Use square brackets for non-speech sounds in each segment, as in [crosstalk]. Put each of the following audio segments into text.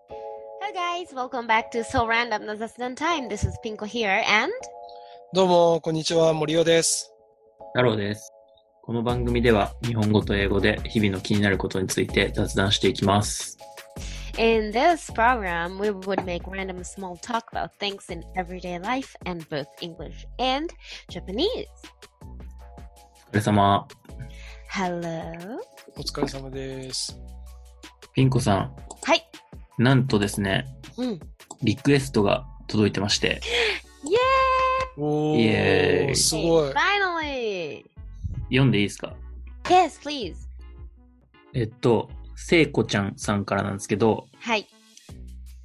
Hello guys, welcome back to So Random の雑談 Time. This is Pinko here and どうも、こんにちは、森尾です。太郎です。この番組では日本語と英語で日々の気になることについて雑談していきます。 in this program we would make random small talk about things in everyday life and both English and Japanese. お疲れ様。 Hello. お疲れ様です。ピンコさん、はい。なんとですね、うん。イリクエストが届いてまして、エおイエーー、イすーイごい。 !Finally! 読んでいいですか Yes, please! えっと、聖子ちゃんさんからなんですけど、はい。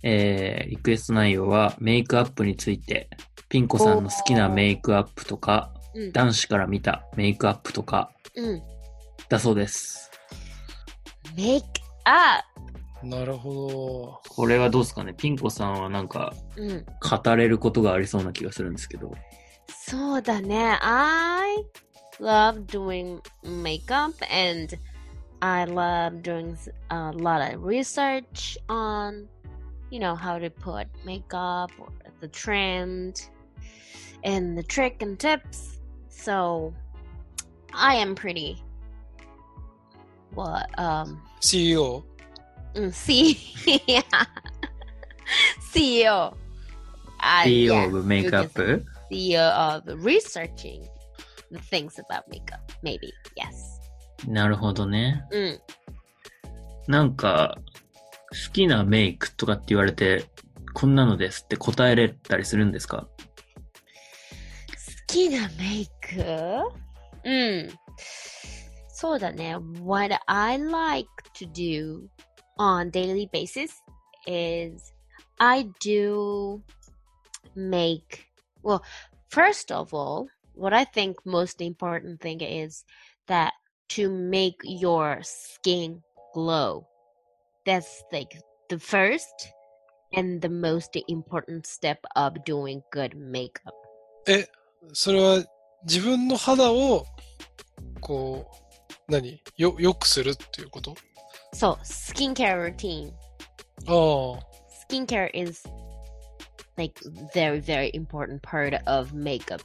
えー、リクエスト内容はメイクアップについて、ピンコさんの好きなメイクアップとか、うん。男子から見たメイクアップとか、うん。だそうです。メイクアッなるほこれはどうですかねピンコさんはなんかプうん。語れることがありそうな気がするんですけど。そうだね。I love doing makeup and I love doing a lot of research on, you know, how to put makeup, or the trend, and the trick and tips. So I am pretty. What? Um. [laughs] ど。CEO? うん C. E yeah. CEO. I, yeah. CEO of Makeup? the uh, of researching the things about makeup. Maybe yes. Mm. なるほどね。うん。なんか、好きなメイクとかって言われて、こんなのですって答えれたりするんですか好きなメイクうん。そうだね。What I like to do on daily basis is I do make, well, first of all, what I think most important thing is that to make your skin glow. That's like the first and the most important step of doing good makeup. え、それは自分の肌を、こう、何よ、良くするっていうことそう、スキンケア routine。ああ、スキンケア is like very very important part of makeup,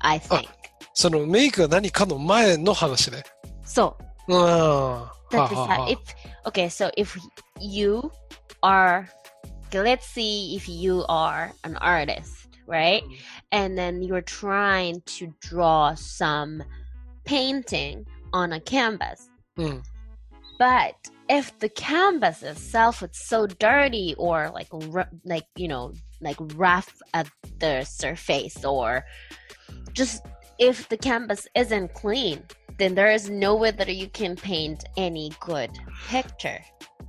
I think. そのメイクが何かの前の話ね。そう、ああ、だってはあはさあ、 if okay, so if you are okay, let's see if you are an artist, right? And then you're trying to draw some painting on a canvas. うん、 But if the canvas itself is so dirty or like r- like you know like rough at the surface or just if the canvas isn't clean, then there is no way that you can paint any good picture.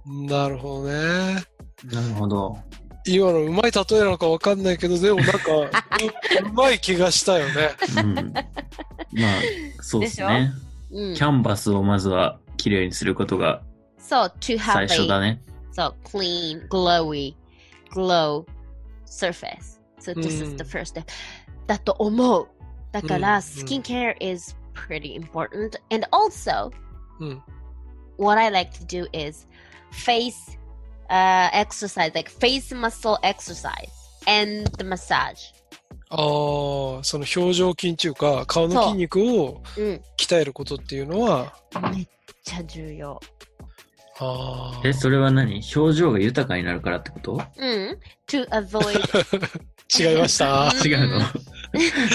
なるほどね。なるほど。今のうまい例えなのかわかんないけど、でもなんか、ううまい気がしたよね。 [laughs] うん。まあ、そうですね。 Mm. キャンバスをまずは綺麗にすることが So to 最 have 初だ a ね。 so clean, glowy, glow surface. So this is the うん。 first step. だと思う。だから、うんうん skincare is pretty important. And also, うん。 what I like to do is face uh, exercise, like face muscle exercise and the massage. ああ、その表情筋っていうか、顔の筋肉をうん。鍛えることっていうのは、めっちゃ重要。あえ、それは何表情が豊かになるからってことうん。to Mm. avoid あ、 [laughs] 違いました。うん違うの [laughs]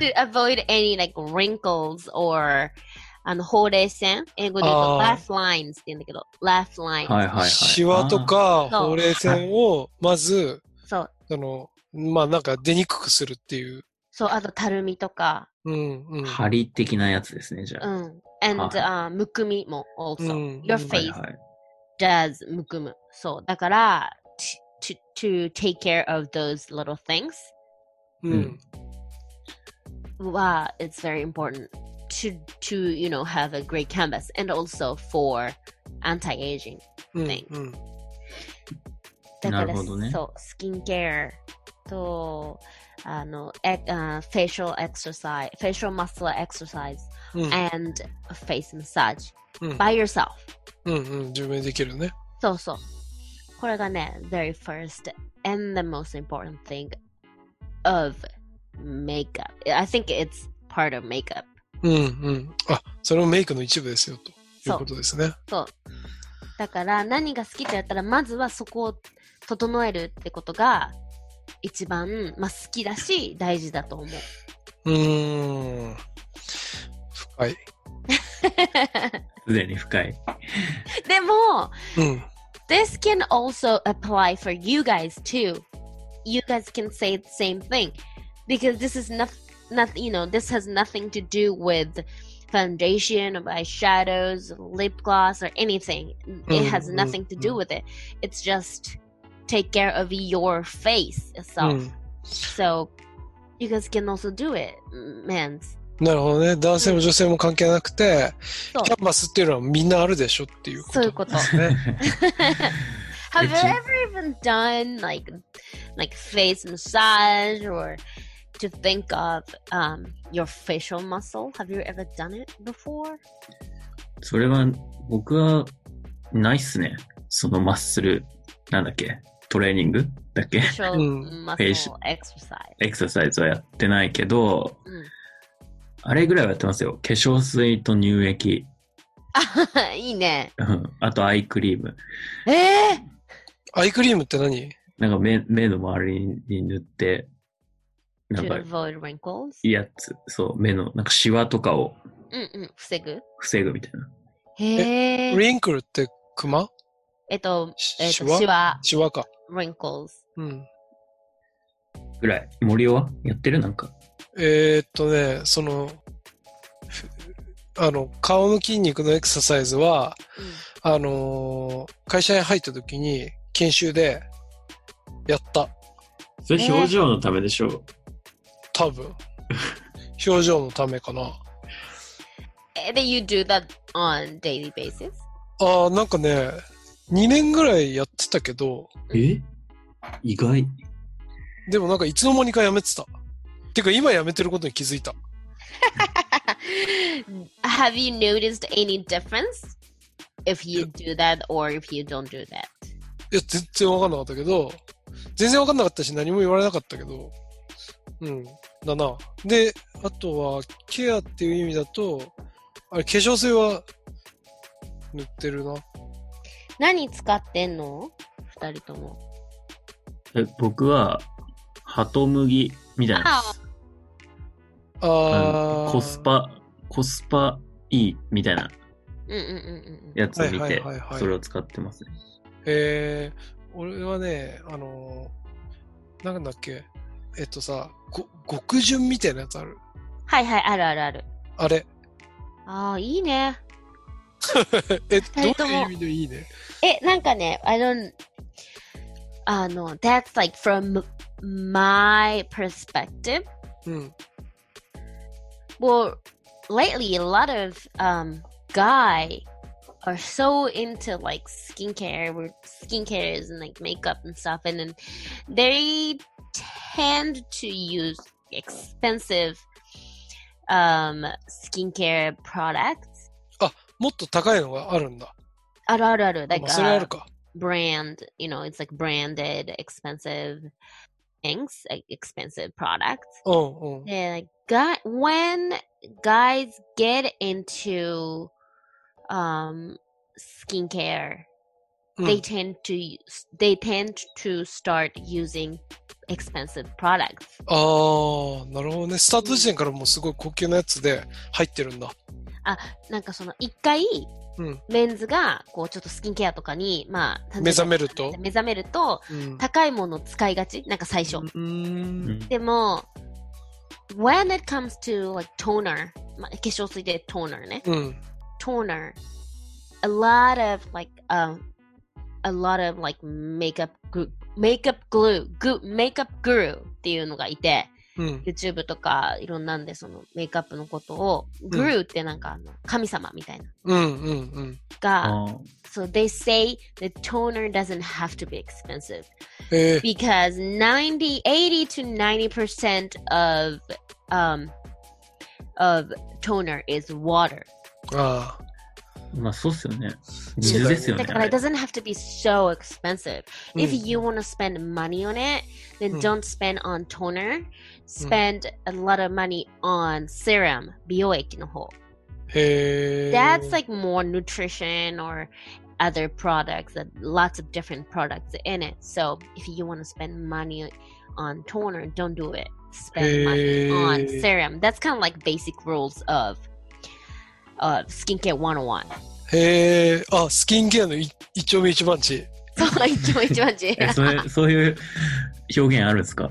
to avoid any like wrinkles or um, あの、ほうれい線英語で言うとあ laugh lines って言うんだけど、laugh lines。はいはいはい。シワとかそうほうれい線を、まず、そう。あの、まあなんか出にくくするっていう。そう、あとたるみとか。うん、うん。あー。ハリ的なやつですね、じゃうあ。ん。and、uh, むくみもう also、ん your はい face はい。 does むくむ。そう。だから、to, to, to take care of those little things うん。うんは、it's very important to, to, you know, have a great canvas and also for anti-aging. うん。うん。だかなら、るほどねそう、スキンケアと、あの、えあフェイシャルエクササイズ、フェイシャルマッスルエクササイズ、うん。 and face massage うん by yourself. うん。うん。自分でできるね。そうそう。これがね、very first and the most important thing of makeup. I think it's part of makeup. うんうん。あ、それもメイクの一部ですよ、といそううことですね。そう。だから何が好きってやったら、まずはそこを整えるってことが一番、まあ、好きだし、大事だと思う。うーん。深い。すでに深い。 [laughs] でも、うん。 This can also apply for you guys too. You guys can say the same thing because this is not, not you know, this has nothing to do with foundation of eyeshadows, lip gloss, or anything. It has Mm, nothing mm, to do mm. with it. It's just take care of your face う itself. ん。 So you guys can also do it, man. なるほどね。男性も女性も関係なくて、そうキャンバスっていうのはみんなあるでしょっていうこと。そういうことですね。 [laughs] Have you It's- ever even done like like face massage or to think of um, your facial muscle? Have you ever done it before? それは、僕は、ないっすね。そのマッスル、なんだっけトレーニングだっけ [laughs] Facial Mm. muscle Facial- exercise. Mm. エクササイズはやってないけど、 [laughs] うんあれぐらいはやってますよ。化粧水と乳液。いいね。うんあとアイクリーム。ええ [laughs] アイクリームって何なんか目、目の周りに塗って、なん To か、 avoid wrinkles? いいやつ、そう、目の、なんかシワとかをうんうん、防ぐ。防ぐみたいな。へえ。リンクルってクマえっと、しえっシと、ワシワ、シワか。 wrinkles。うん。ぐらい。森尾はやってるなんか。えー、っとね、その、ふあの、顔の筋肉のエクササイズは、Mm. あのー会社に入った時に研修でやった。それ表情のためでしょう。多 [laughs] 分。表情のためかな。え、で、you do Eh, that on daily basis? ああ、なんかね、2年ぐらいやってたけど、え意外。でもなんかいつの間にかやめてた。てか今やめてることに気づいた。 [laughs] Have you noticed any difference if you do that or if you don't do that? いや、全然わかんなかったけど、全然わかんなかったし何も言われなかったけど、うん、だな。で、あとは、ケアっていう意味だと、あれ、化粧水は塗ってるな。何使ってんの二人とも。え、僕は、鳩麦みたいなや Oh. つ。ああのーコス。パ、コスパいいみたいなうんうんうんうん。やつを見はいてはいはいは、いそれを使ってますね。えー、俺はね、あのーなんだっけ、えっとさ、ご極潤みたいなやつある。はいはい、あるあるある。あれ。 [laughs] ああ、いいね。え、どうい二人ともう意味でいいね。え、なんかね、I don't... あの、that's like from my perspective. うん。 Well, lately, a lot of um, guy are so into like skincare, where skincare is and like makeup and stuff, and then they tend to use expensive um, skincare products. Ah, もっと高いのがあるんだ。あるあるある、like まあ、それはあ uh, るか。 brand, you know, it's like branded, expensive things, like expensive products. うんうん。 Yeah, like guy when guys get into um skincare, うん they tend to use, they tend to start using expensive products. あー、なるほどね。スタート時点からもうすごい高級なやつで入ってるんだ。なんかその一回うんメンズがこうちょっとスキンケアとかにまあ目覚めると。目覚めるとうん。高いものを使いがちなんか最初。うー。うんんでも when it comes to like toner まあ化粧水でトーナーね。うん。 toner a lot of like um a lot of like makeup group makeup glue goo makeup guru っていうのがいてうん YouTube とかいろんなんでそのメイクアップのことをん guru ってなんかあの神様みたいなうんうんうん。が、あー so they say the toner doesn't have to be expensive えー、 because 90 80 to 90% of um of toner is water あまあそうっすよね。水ですよね。だから、あ it れ doesn't have to be so expensive. うん If you want to spend money on it, then うん don't spend on toner. Spend a lot of money on serum, 美容液の方。へえ。 That's like more nutrition or other products, that lots of different products in it. So if you want to spend money on toner, don't do it. Spend money on へー serum. That's kind of like basic rules of uh, skincare [laughs] 101. へえ。あ、スキンケアのい一丁目一番地。そう、 [laughs] 一丁目一番地。え、それ、そういう表現あるんですか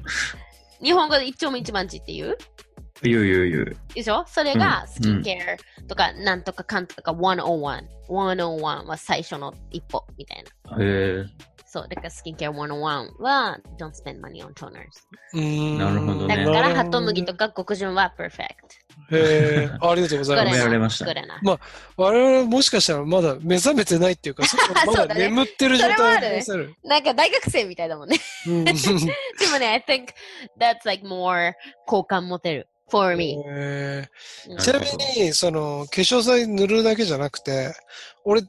日本語で一丁目一番地っていうゆうゆうゆう。でしょそれがうんスキンケアとかなんとかかんとか101。101は最初の一歩みたいな。へそう、だからスキンケア101は Don't spend money on toners。うーんなるほどだねから、ハトムギとか黒人は Perfect。へえ。あありがとうごこざいます褒め。られれまな。したこれな。我々もしかしたらまだ目覚めてないっていうか、そま [laughs] そうだだね眠ってる状態それもある可能性ある。なんか大学生みたいだもんね。 [laughs] うんでもね、I think that's like more 好感持てる。for me. へうーんちなみに、その、化粧剤塗るだけじゃなくて、俺、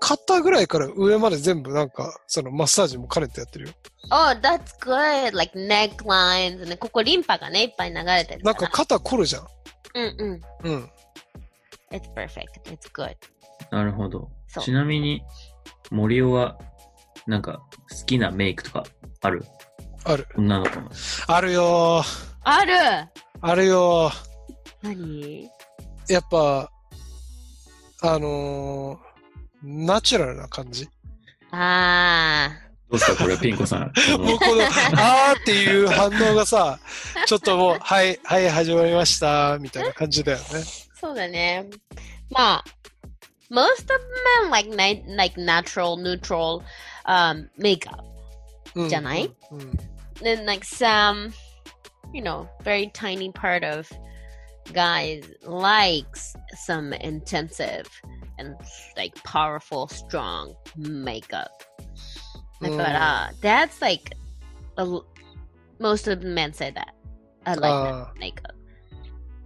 肩ぐらいから上まで全部なんか、そのマッサージも兼ねてやってるよ。 Oh, that's good. Like necklines. ねここリンパがね、いっぱい流れてるなか。んから肩凝るじゃん。うんうん。うん。 It's perfect. It's good. ーなるほど。そうちなみに、森尾は、なんか、好きなメイクとかあるある。女の子の。あるよーあるあるよー何やっぱ、あのー、ナチュラルな感 [laughs] じ。あどうしたこれ、ピンコさ [laughs] ん。こもうのこの、あーっていう反応がさ、ちょっともう、はい、はい、始まりました、みたいな感じだよね。あ、そうだね。まあ、most of men like, na- like natural, neutral um, makeup. うんじゃないうん Then like some, you know, very tiny part of guys likes some intensive and like powerful, strong makeup. だ Mm. から、that's like, a l- most of the men say that. I like that ああ、 makeup.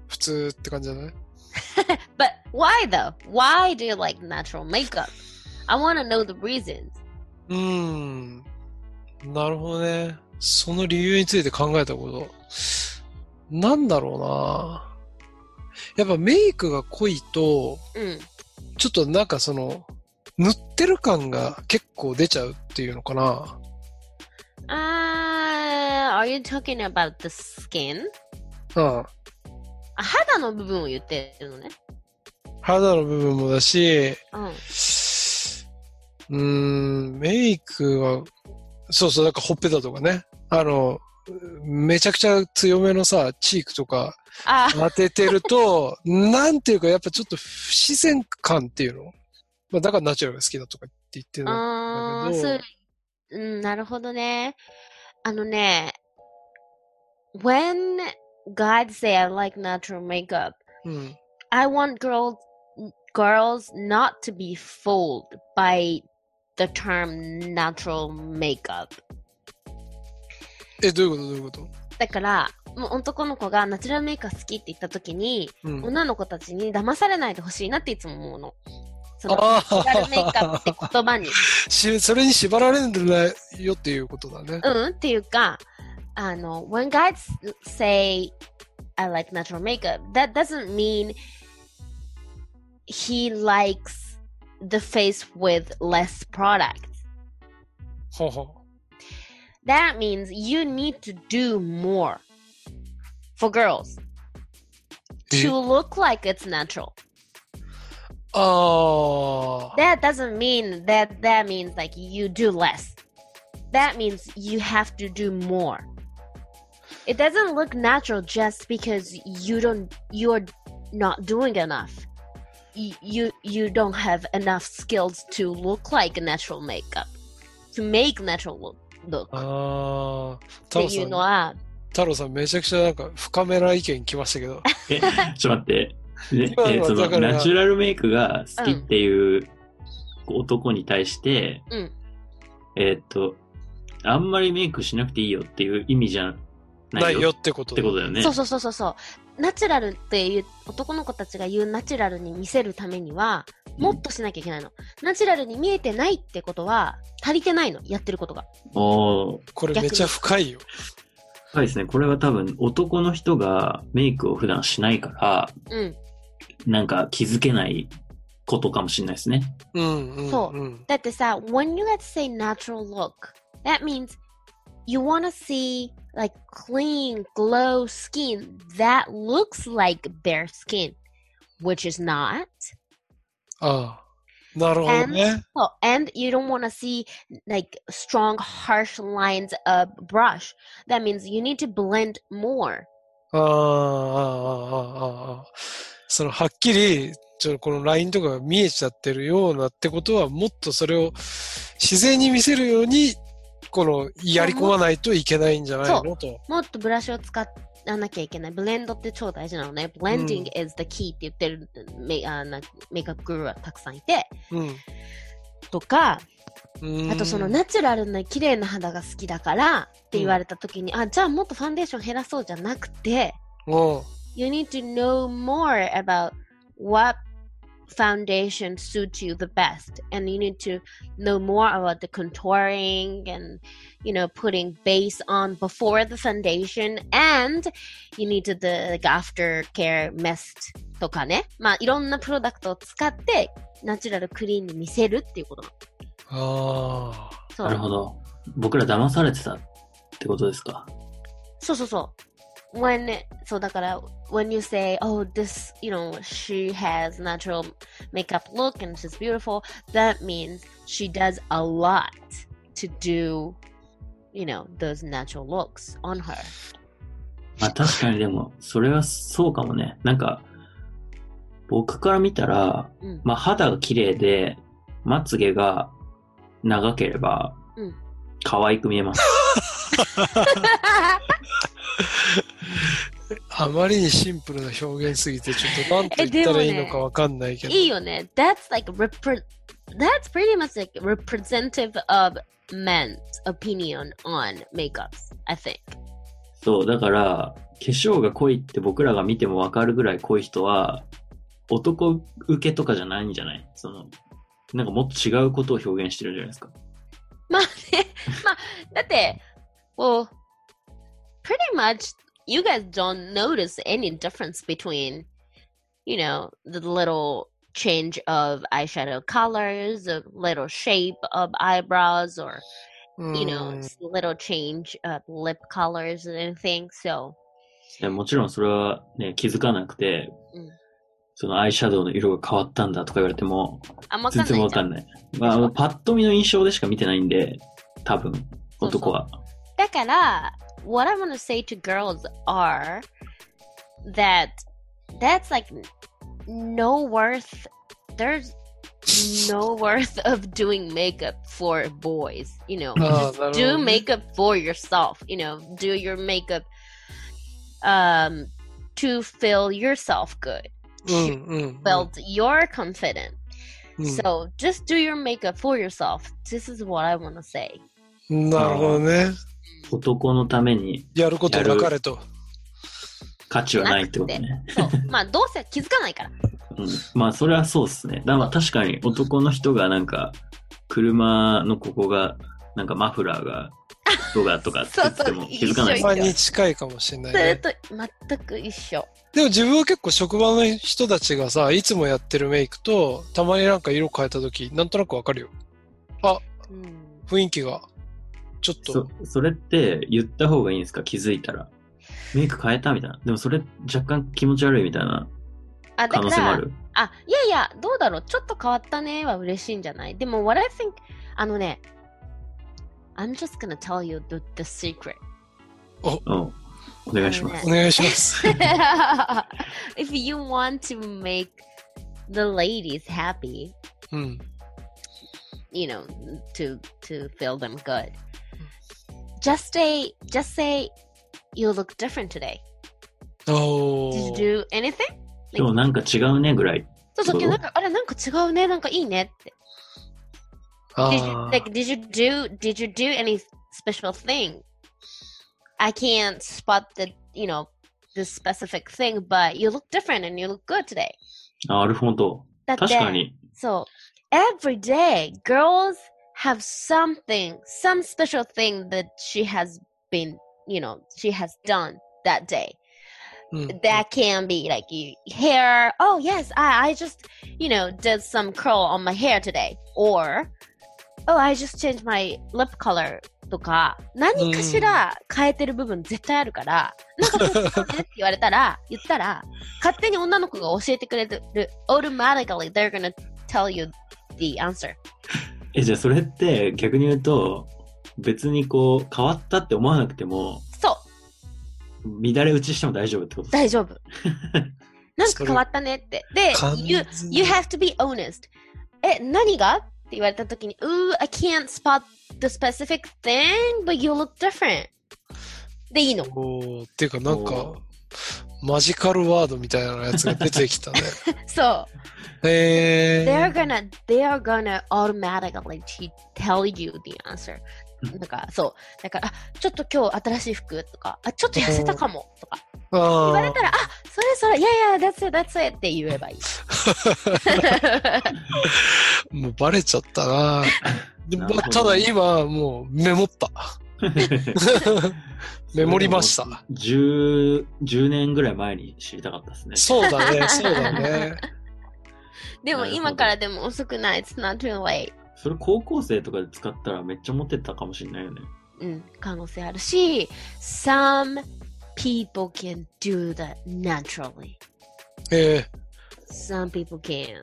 普通って感じじゃない But why though? Why do you like natural makeup? I want to know the reasons. うーん。なるほどね。その理由について考えたこと。なんだろうなやっぱメイクが濃いと、うん。ちょっとなんかその、塗ってる感が結構出ちゃうっていうのかな。あー Uh, are you talking about the skin? うん。あ肌の部分を言ってるのね。肌の部分もだし、うん。うーん、メイクは、そうそう、なんかほっぺたとかね。あの、めちゃくちゃ強めのさ、チークとか [laughs] あ当ててると、なんていうか、やっぱちょっと不自然感っていうのまあ、だからナチュラルが好きだとかって言ってるの。あだけーどそううん、なるほどね。あのね、when God say I like natural makeup, うん。 I want girls girls not to be fooled by the term natural makeup. え、どういうことどういうことだから、もう男の子がナチュラルメイクが好きって言った時に、うん。女の子たちに騙されないでほしいなっていつも思うの。その、ナあチュラルメイクアップって言 [laughs] 葉に、あ、しそれに縛られるなよっていうことだね。うんっていうか、あの、when guys say I like natural makeup, that doesn't mean he likes the face with less product. ほうほう。 That means you need to do more for girls え to look like it's natural. ああ。 That doesn't mean that that means like you do less. That means you have to do more. It doesn't look natural just because you don't you're not doing enough. You you, you don't have enough skills to look like natural makeup. To make natural look. look ah, っああ。て太郎さいうんの、は太郎さんめちゃくちゃなんか深めな意見来ましたけど。え、ちょっと待って。 [laughs] ね今のえそのだからナチュラルメイクが好きっていう男に対して、うんえーっと、あんまりメイクしなくていいよっていう意味じゃないよってことってことだよね。そうそうそうそうそう。ナチュラルっていう、男の子たちが言うナチュラルに見せるためには、もっとしなきゃいけないの。ナチュラルに見えてないってことは、足りてないの。やってることが。おーこれめちゃ深いよ。深いですね。これは多分男の人がメイクを普段しないから、うん。なんか気づけないことかもしれないですね。うんうん、うん。そうん。だってさ、when you guys say natural look, that means you wanna see like clean, glow skin that looks like bare skin, which is not. ああ。なるほどね。 Oh, and you don't wanna see like strong, harsh lines of brush. That means you need to blend more. ああ、ああ、ああ、ああ。その、はっきり、ちょっとこのラインとかが見えちゃってるようなってことは、もっとそれを自然に見せるように、この、やり込まないといけないんじゃないのと。もっとブラシを使わなきゃいけない。ブレンドって超大事なのね。Blending is the key って言ってるメあなメイクアップグルーはたくさんいて。うん。とか、うんあとそのナチュラルな綺麗な肌が好きだからって言われた時に、あじゃあもっとファンデーション減らそうじゃなくてうん。 You need to know more about what foundation suits you the best and you need to know more about the contouring and you know putting base on before the foundation and you need to the like, aftercare mist とかねまあいろんなプロダクトを使ってナチュラルクリーンに見せるっていうことなのああ。そうなるほど。僕ら騙されてたってことですか。そうそうそう。When, そうだから、when you say, oh, this, you know, she has natural makeup look and she's beautiful, that means she does a lot to do, you know, those natural looks on her. まあ確かにでも、それはそうかもね。なんか、僕から見たら、うん。まあ肌が綺麗で、まつげが長ければうん、可愛く見えます。あまりにシンプルな表現すぎて、ちょっとなんて言ったらいいのかわかんないけど。いいよね。That's like, repre- that's pretty much like representative of men's opinion on makeups, I think. そう、だから、化粧が濃いって僕らが見てもわかるぐらい濃い人は、男受けとかじゃないんじゃないその、なんかもっと違うことを表現してるんじゃないですか。 [laughs] まあね、まあ、だって、well, pretty much you guys don't notice any difference between, you know, the little change of eyeshadow colors, the little shape of eyebrows, or, うん you know, little change of lip colors and anything. So, でもちろんそれはね、気づかなくて、うんそのアイシャドウの色が変わったんだとか言われても、あんまわかんないじ全然ゃんわかんない。まあ、パッと見の印象でしか見てないんで、多分、そうそう男は。だから what I want to say to girls are that that's like no worth there's no [laughs] worth of doing makeup for boys you know ああ Just なるほどね do makeup for yourself you know do your makeup um to feel yourself good うんうんうん build your confidence うん so just do your makeup for yourself this is what i want to say なるほどね。男のためにやることなかれと。価値はないってことね。そうまあどうせ気づかないからうん、まあ、それはそうですね。だまあ確かに男の人がなんか、車のここが、なんかマフラー [laughs] が、どうだとかって言ってもそうそう気づかない一フ緒ァンに近いかもしれない、それね。と全く一緒でも自分は結構職場の人たちがさ、いつもやってるメイクと、たまになんか色変えた時、なんとなくわかるよ。うん雰囲気が。ちょっとそ。それって言った方がいいんですか気づいたら。メイク変えたみたいな。でもそれ若干気持ち悪いみたいなあだ可か能性もあらる。あいやいやどうだろうちょっと変わったねは嬉しいんじゃないでも What I think あのね I'm just gonna tell you the, the secret うん。お願いします。お願いします。 [laughs] if you want to make the ladies happy うん。 you know to to feel them good just say just say you look different today お did ー。 you do anything 今日なんか違うねぐらい。そうそうどう今日なんかあれなんか違うねなんかいいねって Did you, あー Uh, like, did you do did you do any special thing? I can't spot the, you know, the specific thing, but you look different and you look good today. あ、なるほど。だって確かに。 So every day, girls have something, some special thing that she has been, you know, she has done that day. うん。 That can be like you, hair. Oh yes, I I just you know did some curl on my hair today, or oh I just changed my lip color. とか何かしら変えてる部分絶対あるから、なんかそうだねって言われたら言ったら勝手に女の子が教えてくれる automatically they're gonna tell you the answer え、じゃあそれって逆に言うと、別にこう、変わったって思わなくても、そう乱れ打ちしても大丈夫ってことです大丈夫なんか変わったねってで完全 you, you Mm. have to be honest え何がって言われた時に Ooh, I can't spot the specific thing but you look different でいいのおーっていうかなんかお、マジカルワードみたいなやつが出て [laughs] きたね。そうへえ they're gonna they are gonna automatically te- tell you the answer なんかそうだからあちょっと今日新しい服とかあちょっと痩せたかもとか言 Oh. われあたらあそれそれいやいや that's it that's it って言えばいいあ、もうバレちゃったな。でなるほまどあただ今、もうメモ [laughs] った。 [laughs] メモりました。 10、10年ぐらい前に知りたかったですね。そうだ [laughs] ね、そうだね。でもなるほど今からでも遅くない it's not too late それ高校生とかで使ったらめっちゃモテたかもしれないよね。うん可能性あるし some people can do that naturally ええ some people can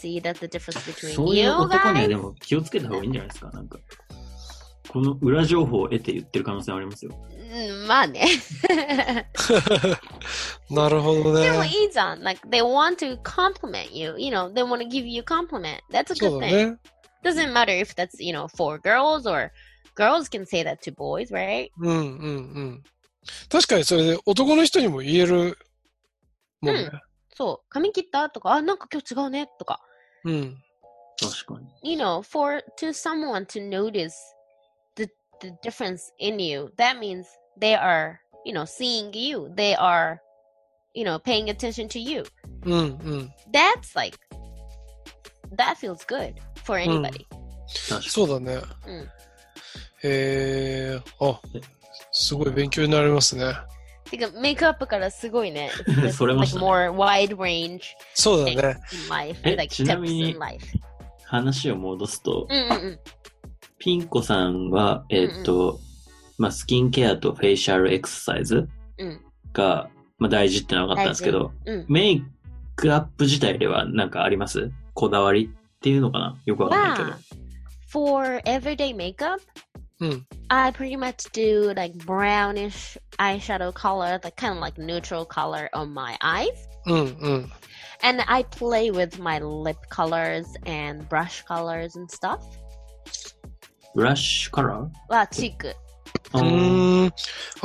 see that's the difference between そうい you う男には guys でも気をつけた方がいいんじゃないですか、なんか。この裏情報を得て言ってる可能性ありますよ。うん Mm, まあね [laughs] なるほどね。でもいいじゃん。Like, they want to compliment you. You know, they want to give you a compliment. That's a そう good だ thing. ね。 Doesn't matter if that's, you know, for girls or girls can say that to boys, right? うんうんうん。確かにそれで男の人にも言えるもんね。そう。髪切ったとか、あ、なんか今日違うねとか。うん。確かに。 You know, for to someone to notice the, the difference in you, that means they are, you know, seeing you. They are, you know, paying attention to you. うんうん。 That's like, that feels good for anybody. 確かそうだね。うんええあ、すごい勉強になりますね。てか、メイクアップからすごいね。It's それましたね like more wide range そうだね。 in life, え like ちなみ tips に in life. Mm, に。話を戻すと、うんうんうん。ピンコさんは、えーっと、まあ、スキンケアとフェイシャルエクササイズうんが、まあ、大事ってのは分かったんですけど、うん。メイクアップ自体ではなんかありますこだわりっていうのかなよくわかんないけど。まあ、for everyday makeup, うん。 I pretty much do like brownish eyeshadow color, like kind of like neutral color on my eyes. うんうん。 And I play with my lip colors and brush colors and stuff. ブラッシュカラーは、チーク。うーん。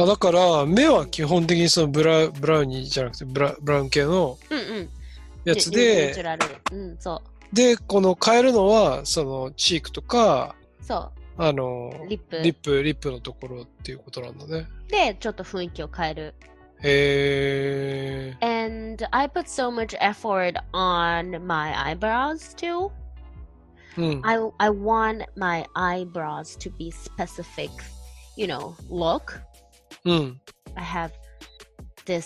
あ、だから、目は基本的にそのブラブラウニーじゃなくてブラ、ブラウン系のうんうん。やつニュートで、ラル。うん、そで、この変えるのは、その、チークとか、う。そあの、う。リップ。リップ、リップのところっていうことなんだね。で、ちょっと雰囲気を変える。へえ And I put so much effort on my eyebrows too. うん。 I I want my eyebrows to be specific, you know, look. うん。 I have this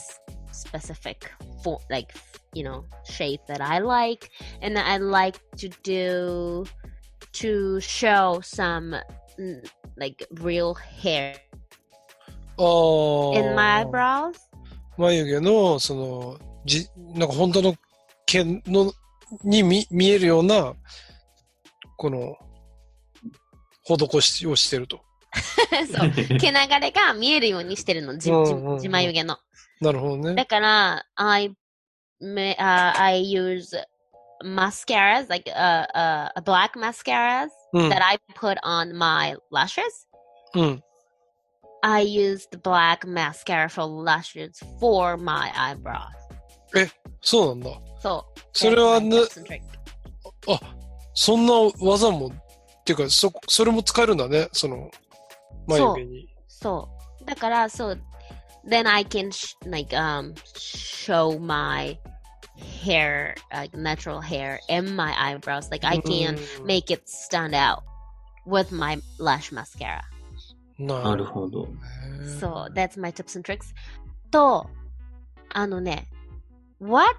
specific for like you know shape that I like, and I like to do to show some mm, like real hair ああ。 in my eyebrows. [laughs] 眉毛の、その、じ、なんか本当の毛の、に見、見えるような、この、施しをしてると。 [laughs] そう毛流れが見えるようにしてるの、じうんじうんうん自眉毛の。なるほどだね。から、I, uh, may- uh, I use mascaras, like uh, uh, black mascaras うん。 that I put on my lashes. うん。 I use the black mascara for lashes for my eyebrows. そうなんだ。 So, それは that's ね my、tips and trick. あ、そんな技も、っていうか、そ、それも使えるんだね、その、眉毛に。そう。だから、そう、then I can, sh- like, um, show my hair, like, natural hair and my eyebrows. Like, I can make it stand out with my lash mascara. ななるるほほど。どね。 So that's my tips and tricks. と、あのね、what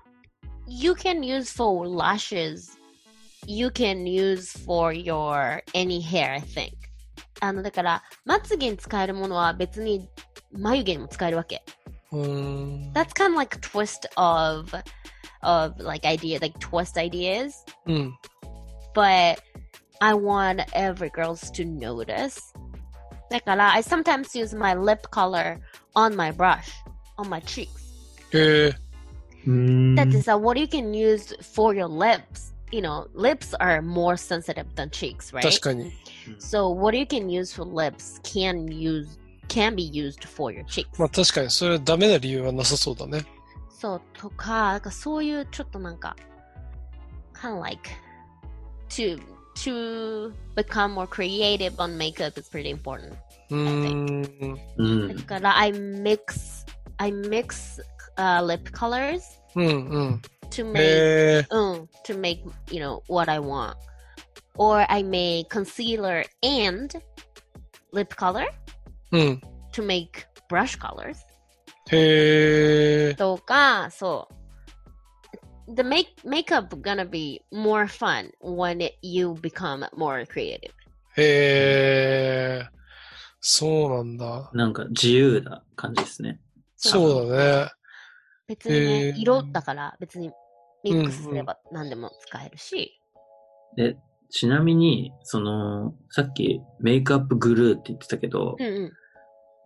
you can use for lashes, you can use for your any hair, I think. あの、だから、まつげに使えるものは別に眉毛にも使えるわけ。うーん。 That's kind of like a twist of, of like idea, like twist ideas. うん。 but I want every girls to notice. だから、I sometimes use my lip color on my brush, on my cheeks. へえ。うーん That is uh, what you can use for your lips. You know, lips are more sensitive than cheeks, right? 確かに。 So what you can use for lips can use can be used for your cheeks. まあ確かに、それはダメな理由はなさそうだね。そうとか、なんかそういうちょっとなんか、kind of like to to become more creative on makeup is pretty important. うーん。うんだ。から、I mix, I mix、uh, lip colors うんうん。 to make,、へえ。うん、to make, you know, what I want. Or I make concealer and lip color うん。 to make brush colors. へえ。とか、そう。The make, makeup gonna be more fun when it, you become more creative. へえ。そうなんだ。なんか自由な感じですね。そうだね。別にねへ、ー色だから別にミックスすれば何でも使えるし。で、ちなみに、その、さっきメイクアップグルーって言ってたけど、うんうん。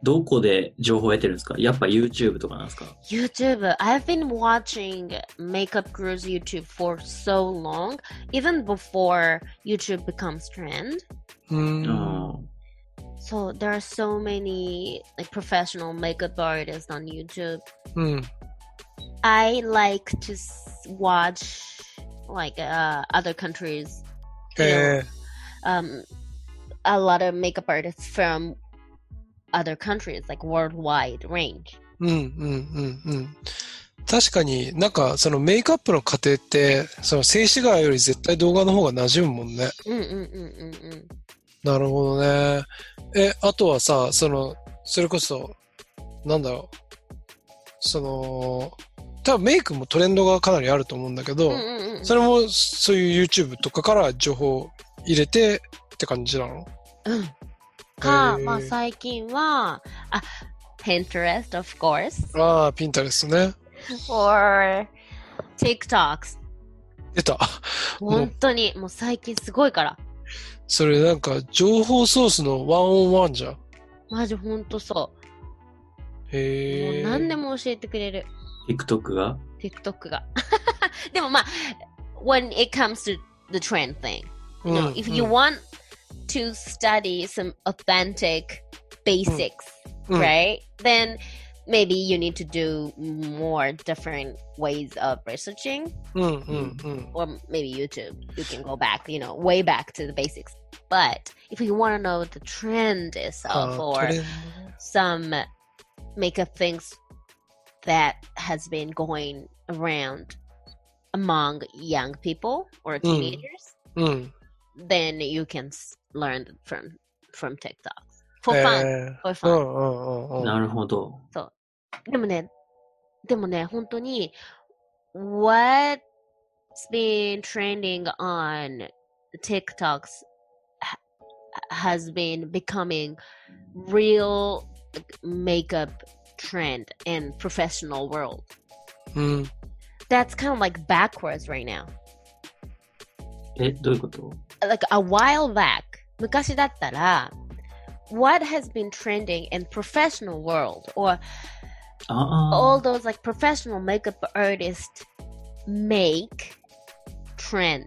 どこで情報を得てるんですかやっぱ YouTube とかなんですか YouTube. I've been watching makeup gurus YouTube for so long, even before YouTube becomes trend. うーん。あー So there are so many like professional makeup artists on YouTube. うん。 I like to s- watch like uh, other countries, へえ。 um, a lot of makeup artists from other countries, like worldwide range. うんうんうんうん。確かになんかそのメイクアップの過程って、その静止画より絶対動画の方が馴染むもんね。Mm, Mm-mm-mm-mm-mm. なるほどね。え、あとはさ、その、それこそ、なんだろう。その、多分メイクもトレンドがかなりあると思うんだけど、 Mm-mm-mm. それもそういう YouTube とかから情報を入れてって感じなのうんか、へーまあ最近は、あ、Pinterest, of course, ああ、ピンタレスね。 or TikToks. 出た。 [laughs] 本当に、もう最近すごいから。それなんか情報ソースのワンオンワンじゃん。マジ本当そう。もへうえ。何でも教えてくれる。 TikTok が TikTok が。 [laughs] でもまあ、when it comes to the trend thing. うん、 No, if you うん want to study some authentic basics, うん right? Then maybe you need to do more different ways of researching. うんうんうん。 or maybe YouTube, you can go back, you know, way back to the basics. But if you want to know the trend itself あー or トレン some makeup things that has been going around among young people or teenagers, ドうん。 then you can s- learn from from TikTok for え fun, ー for う fun. んうんうんうん。なるほど。でもね、でもね、本当に what's been trending on TikToks ha- has been becoming real makeup trend in professional world. うん。 That's kind of like backwards right now. え、どういうこと Like a while back, 昔だったら what has been trending in professional world or あ all Oh. those like professional makeup artists make trend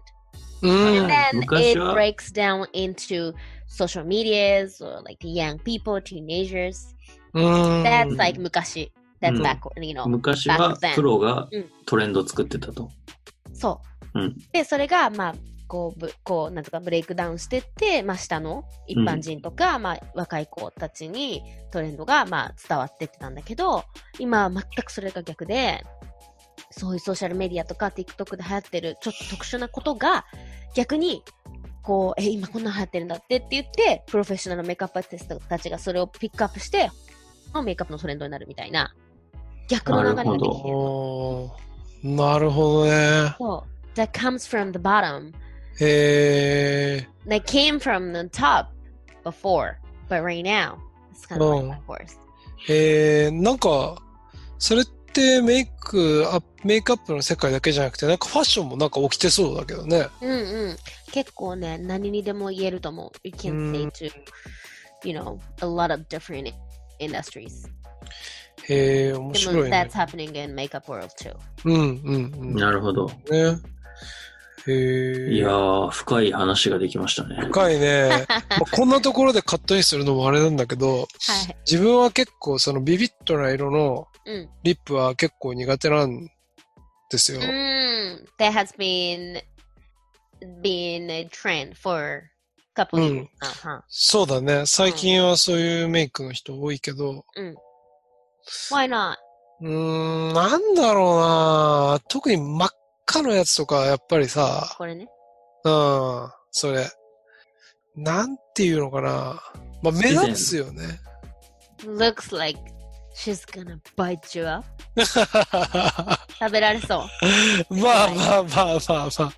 うん。 and then it Mukasha- breaks down into social medias or like young people teenagers うん。 that's like mukashi that's Mm. backward you あ、 know 昔は back then プロがうんトレンド作ってたと。そううんでそれがまあこうぶこうなんとかブレイクダウンしてって、まあ、下の一般人とか、まあ、若い子たちにトレンドがまあ伝わってってたんだけど今は全くそれが逆でそういうソーシャルメディアとか TikTok で流行ってるちょっと特殊なことが逆にこうえ今こんなの流行ってるんだってって言ってプロフェッショナルメイクアップアーティストたちがそれをピックアップしてメイクアップのトレンドになるみたいな逆の流れができてるのおーなるほどね。そう。That comes from the bottom. え That came from the top before. But right now, it's kind of うん like backwards. ー、えー、なんか、それってメイクアップ、メイクアップの世界だけじゃなくて、なんかファッションもなんか起きてそうだけどね。うんうん。結構ね、何にでも言えると思う。You う can ん say to, you know, a lot of different industries. えー、面で白も、いね that's。happening in makeup world too. うん、うん、うん。ね。なるほど。えー、いやー、深い話ができましたね。深いね。まあこんなところでカットインするのもあれなんだけはど、い。自分は結構そのビビットな色のうん。リップは結構苦手なんですよ。うん。That Mm. has been, been a trend for a couple years. うん Uh-huh. そうだね。最近はそういうメイクの人多いけど、 Why not? うーん、なんだろうな特に真っ赤のやつとか、やっぱりさ、これね。うん、それ。なんていうのかなまあ、目立つよね。 looks like she's gonna bite you up 食べられそう [laughs] まあまあまあまあまあ。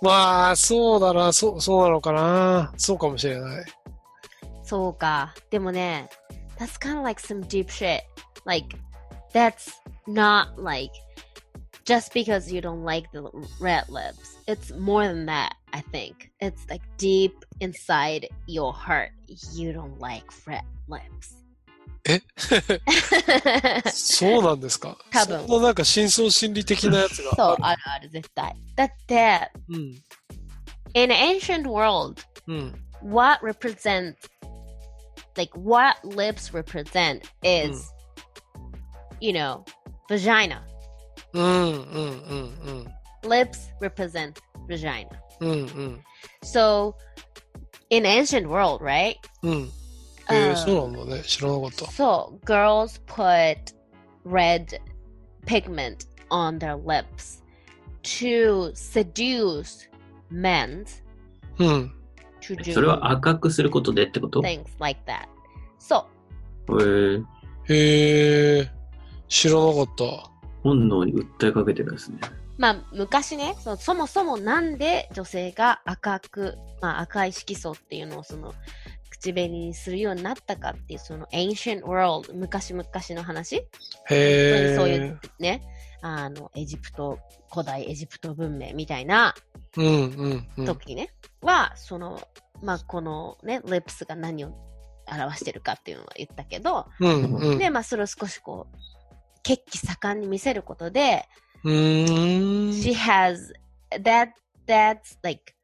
まあ、そうだな。そう、そうなのかな。そうかもしれ [laughs] ない。そうかでもね that's kind of like some deep shit like that's not like just because you don't like the red lips it's more than that I think it's like deep inside your heart you don't like red lips [laughs] えそうなんですか多分そんななんか深層心理的なやつが。そうあるある絶対だってうん。 in ancient world うん。 what represents like what lips represent is you know vagina うん。うん。うん。 lips represent vagina うん。うん。うん。 so in ancient world right うん。えー、 Um, そうなんだね。知らなかった。 so girls put red pigment on their lips to seduce men うん。 to do それは赤くすることでってことえ things like that so ー、へえー、知らなかった。本能に訴えかけてるんですね。まあ、昔ねその、そもそもなんで女性が赤く、まあ、赤い色素っていうのをその口紅にするようになったかっていう、その ancient world、昔々の話、へえー。そういうね、あの、エジプト、古代エジプト文明みたいなうん。うん。うん。時ね、は、その、まあ、このね、リップスが何を表してるかっていうのは言ったけど、うん。うん。で、まあ、それを少しこう、血気盛んに見せることで、うーん。 she has that that's like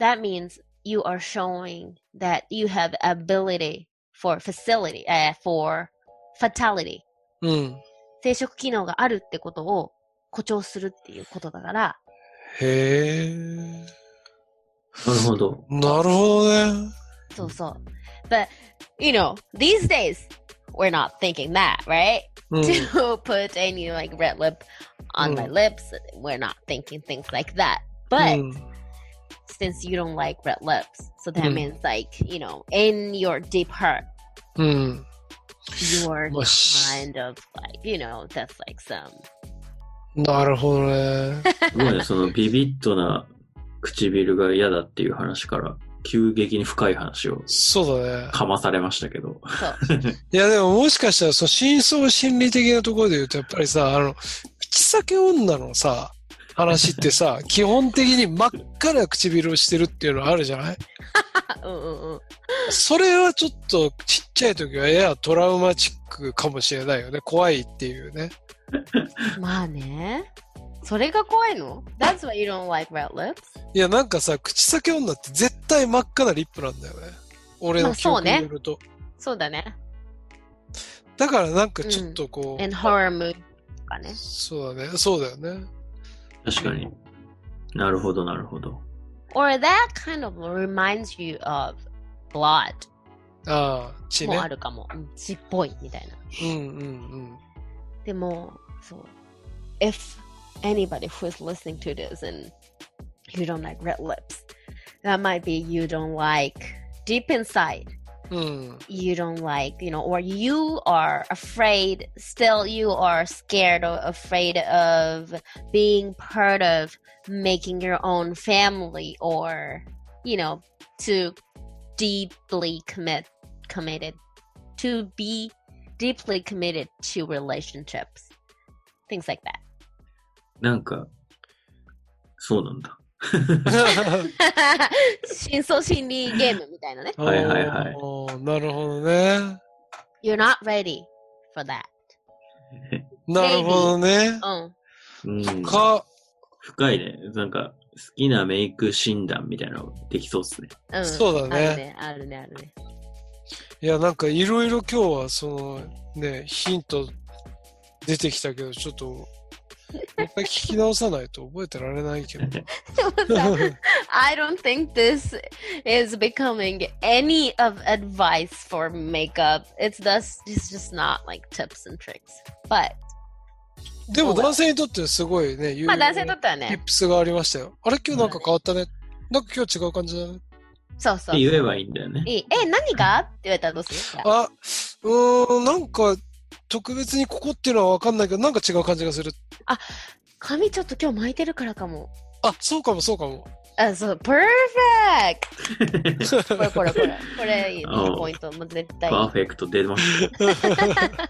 that means you are showing that you have ability for facility uh, for fatality うん。生殖機能があるってことを誇張するっていうことだからへえ。なるほど。なるほどね。そうそう but you know these days we're not thinking that right う [laughs] ん to put any like red lip on my Mm. lips we're not thinking things like that but うん since you don't like red lips. So that Mm. means like, you know, in your deep heart, うん。 you're まあし kind of like, you know, that's like some なるほどね。すごいね、そのビビッとな唇が嫌だっていう話から、急激に深い話をそうだね。かまされましたけど。 so いやでももしかしたら、その真相心理的なところで言うと、やっぱりさ、あの、口先女のさ、話っ [laughs] てさ、基本的に真っ赤な唇をしてるっていうのあるじゃない uh, それはちょっとちっちゃい時はややトラウマチックかもしれないよね。怖いっていうね。まあね。それが怖いの？That's why you don't like red lips. いやなんかさ、口先女って絶対真っ赤なリップなんだよね。俺まのあ記そう憶ねによると。eh? だからなんかちょっとこう、 In horror movie とかね。そうだね。そうだよね。確かに。なるほど、なるほど。 or that kind of reminds you of blood ああ、血ねも。あるかも、うん血っぽいみたいなうんうんうん。でもそう if anybody who's listening to this and you don't like red lips that might be you don't like deep inside [laughs] うん。 you don't like, you know, or you are afraid, still you are scared or afraid of being part of making your own family or, you know, to deeply commit, committed, to be deeply committed to relationships, things like that. [laughs] なんか、そうなんだ。真相心理ゲームみたいなね。はいはいはいおーなるほどね。 You're not ready for that. Oh, なるほどね。うん、か、深いね。なんか、好きなメイク診断みたいなのできそうっすね。oh. そうだね。うん。うん。あるね、あるね、あるね。いや、なんかいろいろ今日は、その、ね、ヒント出てきたけど、ちょっと、もう一回聞き直さないと覚えてられない [laughs] けど。 [laughs] I don't think this is becoming any of advice for makeup. It's thus it's just not like tips and tricks. But でも男性にとってすごいね、有まあ用な男性テにとってはィね、ップスがありましたよ。あれ今日なんか変わったね。なんか今日違う感じだね。そうそっう。ていい言えばいいんだよね。え、Eh, 何がって言われたらどうするあ、うーん、なんか特別にここっていうのはわかんないけど、なんか違う感じがする。髪ちょっと今日巻いてるからかも。あ、そうかもそうかも。あ、そう、perfect! こ [laughs] れこれこれ。これいいうんポイント。もう絶対いい。Oh. パーフェクト出ま [laughs] した。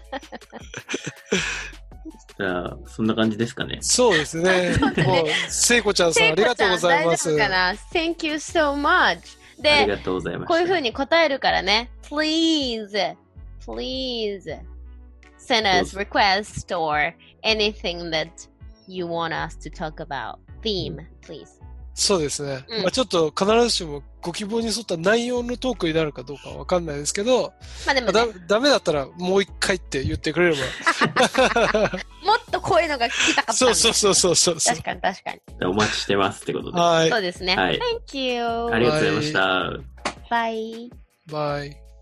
じゃあ、そんな感じですかね。そうです [laughs] ね。もう、聖子ちゃんさん、ありがとうございま聖す子ち。ゃん大丈夫かな ?Thank you so much! で、ありがとうございました。こういうふうに答えるからね。Please, please send us request or anything that you want us to talk about. Theme, please. そうですね。うんまあちょっと必ずしもご希望に沿った内容のトークになるかどうかはわかんないですけど、まあでも、まあねだ、ダメだったらもう一回って言ってくれれもっとこういうのが聞きたかったば。んそだうそうそうそうそうそう確。かに確かに。お待ちしてますってことで。はそうですね。はい Thank you. ありがとうございました。 Bye. い。バイ。